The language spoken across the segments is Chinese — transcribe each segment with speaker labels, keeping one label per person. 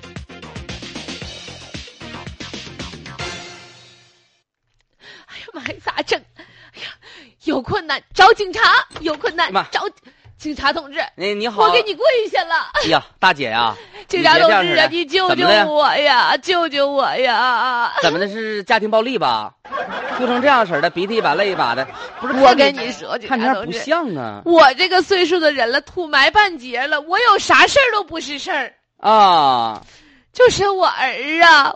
Speaker 1: 该咋整？哎呀，有困难找警察，有困难
Speaker 2: 妈
Speaker 1: 找警察同志。
Speaker 2: 哎，你好，
Speaker 1: 我给你跪下了，
Speaker 2: 哎呀，大姐呀、
Speaker 1: 警察
Speaker 2: 你别
Speaker 1: 同
Speaker 2: 这样式
Speaker 1: 志
Speaker 2: 儿
Speaker 1: 啊，
Speaker 2: 来
Speaker 1: 你救
Speaker 2: 怎
Speaker 1: 救
Speaker 2: 么了呀
Speaker 1: 我呀，救救我呀！
Speaker 2: 怎么的是家庭暴力吧？哭成这样式儿的，鼻涕一把泪一把的，不是？
Speaker 1: 我跟你说，警
Speaker 2: 看这
Speaker 1: 察
Speaker 2: 样
Speaker 1: 同
Speaker 2: 不
Speaker 1: 志，
Speaker 2: 像啊
Speaker 1: 我这个岁数的人了，土埋半截了，我有啥事儿都不是事儿，
Speaker 2: 啊！
Speaker 1: 就是我儿啊，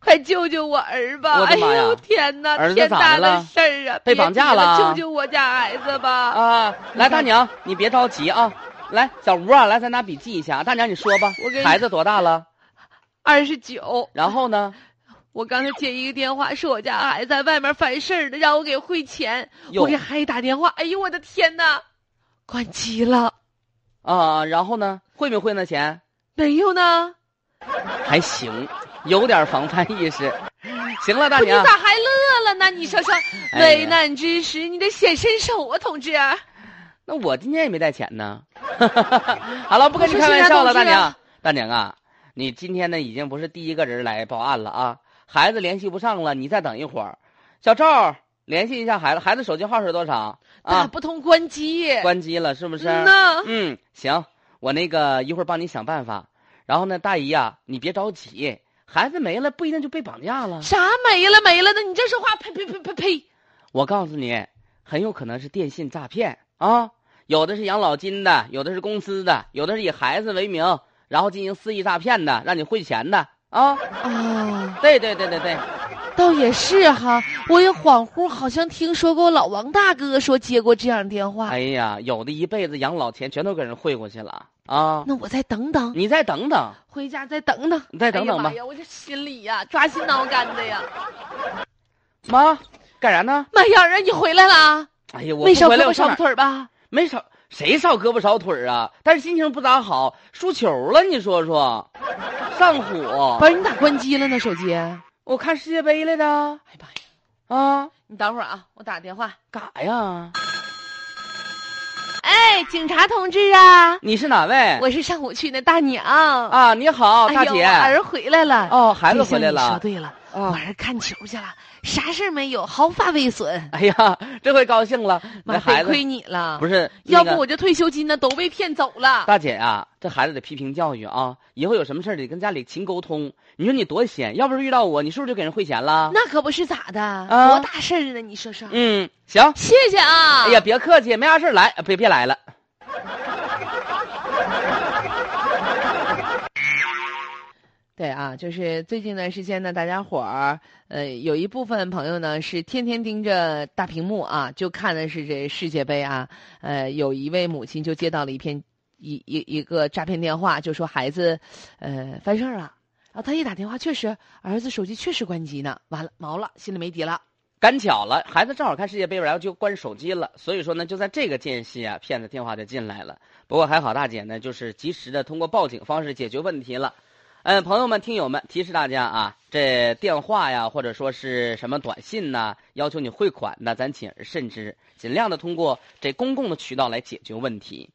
Speaker 1: 快救救我儿吧！
Speaker 2: 我的
Speaker 1: 哎
Speaker 2: 妈呀
Speaker 1: 呦天哪，
Speaker 2: 儿子
Speaker 1: 天
Speaker 2: 咋
Speaker 1: 大
Speaker 2: 的
Speaker 1: 的
Speaker 2: 了
Speaker 1: 事儿啊！
Speaker 2: 被
Speaker 1: 别
Speaker 2: 绑
Speaker 1: 提
Speaker 2: 架了
Speaker 1: 救救我家孩子吧！
Speaker 2: 啊，来，大娘，你别着急啊。来，小吴啊，来，咱拿笔记一下。大娘，你说吧
Speaker 1: 我跟，你
Speaker 2: 孩子多大了？
Speaker 1: 二十九，
Speaker 2: 然后呢？
Speaker 1: 我刚才接一个电话，说我家孩子在外面犯事儿了，让我给汇钱。
Speaker 2: 有
Speaker 1: 我给孩子打电话，哎呦我的天哪，关机了
Speaker 2: 啊，然后呢？会没会那钱？
Speaker 1: 没有呢？
Speaker 2: 还行，有点防范意识。行了，大
Speaker 1: 不，你
Speaker 2: 娘
Speaker 1: 哎咋，还乐了呢？你说说，
Speaker 2: 哎呀
Speaker 1: 危难之时你得显身手啊，同志。
Speaker 2: 那我今天也没带钱呢。 好了，不跟你开玩笑了，大娘，大娘啊，你今天呢已经不是第一个人来报案了啊，孩子联系不上了，你再等一会儿。小赵，联系一下孩子，孩子手机号是多少
Speaker 1: 打
Speaker 2: 啊？
Speaker 1: 不通关机。
Speaker 2: 关机了是不是？
Speaker 1: 嗯呐，
Speaker 2: 嗯，行，我那个一会儿帮你想办法。然后呢，大姨呀、你别着急，孩子没了不一定就被绑架了。
Speaker 1: 啥没了没了的？你这说话，呸呸呸呸呸！
Speaker 2: 我告诉你，很有可能是电信诈骗啊！有的是养老金的，有的是公司的，有的是以孩子为名，然后进行肆意诈骗的，让你汇钱的啊！
Speaker 1: 啊，
Speaker 2: 对对对对对，
Speaker 1: 倒也是哈，我也恍惚好像听说过老王大哥说接过这样的电话。
Speaker 2: 哎呀，有的一辈子养老钱全都给人汇过去了啊！
Speaker 1: 那我再等等，
Speaker 2: 你再等等，
Speaker 1: 回家再等等，
Speaker 2: 你再等等吧
Speaker 1: 哎呀妈呀，我这心里呀、抓心挠肝的呀。
Speaker 2: 妈，干啥呢？
Speaker 1: 妈呀，人你回来啦？
Speaker 2: 哎呀，我
Speaker 1: 没
Speaker 2: 不
Speaker 1: 少
Speaker 2: 回
Speaker 1: 胳
Speaker 2: 来我
Speaker 1: 膊少
Speaker 2: 上哪儿
Speaker 1: 腿儿吧？
Speaker 2: 没少谁少胳膊少腿儿啊？但是心情不咋好，输球了，你说说，上
Speaker 1: 不
Speaker 2: 火，
Speaker 1: 是你咋关机了呢？手机？哎
Speaker 2: 我看世界杯来的
Speaker 1: 呀妈呀！
Speaker 2: 啊。
Speaker 1: 你等会儿啊，我打电话。
Speaker 2: 干啥呀？
Speaker 1: 哎，警察同志啊，
Speaker 2: 你是哪位？
Speaker 1: 我是上午去那大娘。
Speaker 2: 啊，你好，大姐。
Speaker 1: 哎呦、我儿回来了。哎
Speaker 2: 哦，孩子回来
Speaker 1: 对象你说
Speaker 2: 了。
Speaker 1: 对了，我
Speaker 2: 啊，
Speaker 1: 儿看球去了，啥事儿没有，毫发未损。
Speaker 2: 哎呀，这回高兴了。那
Speaker 1: 妈，
Speaker 2: 孩
Speaker 1: 得
Speaker 2: 子
Speaker 1: 亏你了，
Speaker 2: 不
Speaker 1: 是？
Speaker 2: 是，
Speaker 1: 要
Speaker 2: 那
Speaker 1: 不
Speaker 2: 个
Speaker 1: 我这退休金呢都被骗走了。
Speaker 2: 大姐啊，这孩子得批评教育啊，以后有什么事儿得跟家里勤沟通。你说你多闲，要不是遇到我，你是不是就给人汇钱了？
Speaker 1: 那可不是咋的，
Speaker 2: 啊
Speaker 1: 多大事儿呢？你说说。
Speaker 2: 嗯，行。
Speaker 1: 谢谢啊。
Speaker 2: 哎呀，，别客气，没啥事儿来，呃别别来了。
Speaker 1: 对啊，就是最近一段时间呢，大家伙儿，呃，有一部分朋友呢是天天盯着大屏幕啊，就看的是这世界杯啊。呃，有一位母亲就接到了一片一一一个诈骗电话，就说孩子，呃，犯事儿了。然后他一打电话，确实儿子手机确实关机呢，完了毛了，心里没底了。
Speaker 2: 赶巧了，孩子正好看世界杯，然后就关手机了，所以说呢，就在这个间隙啊，骗子电话就进来了。不过还好，大姐呢就是及时的通过报警方式解决问题了。嗯，朋友们、听友们，提示大家啊，这电话呀，或者说是什么短信呐、要求你汇款呐，咱谨而慎之，尽量的通过这公共的渠道来解决问题。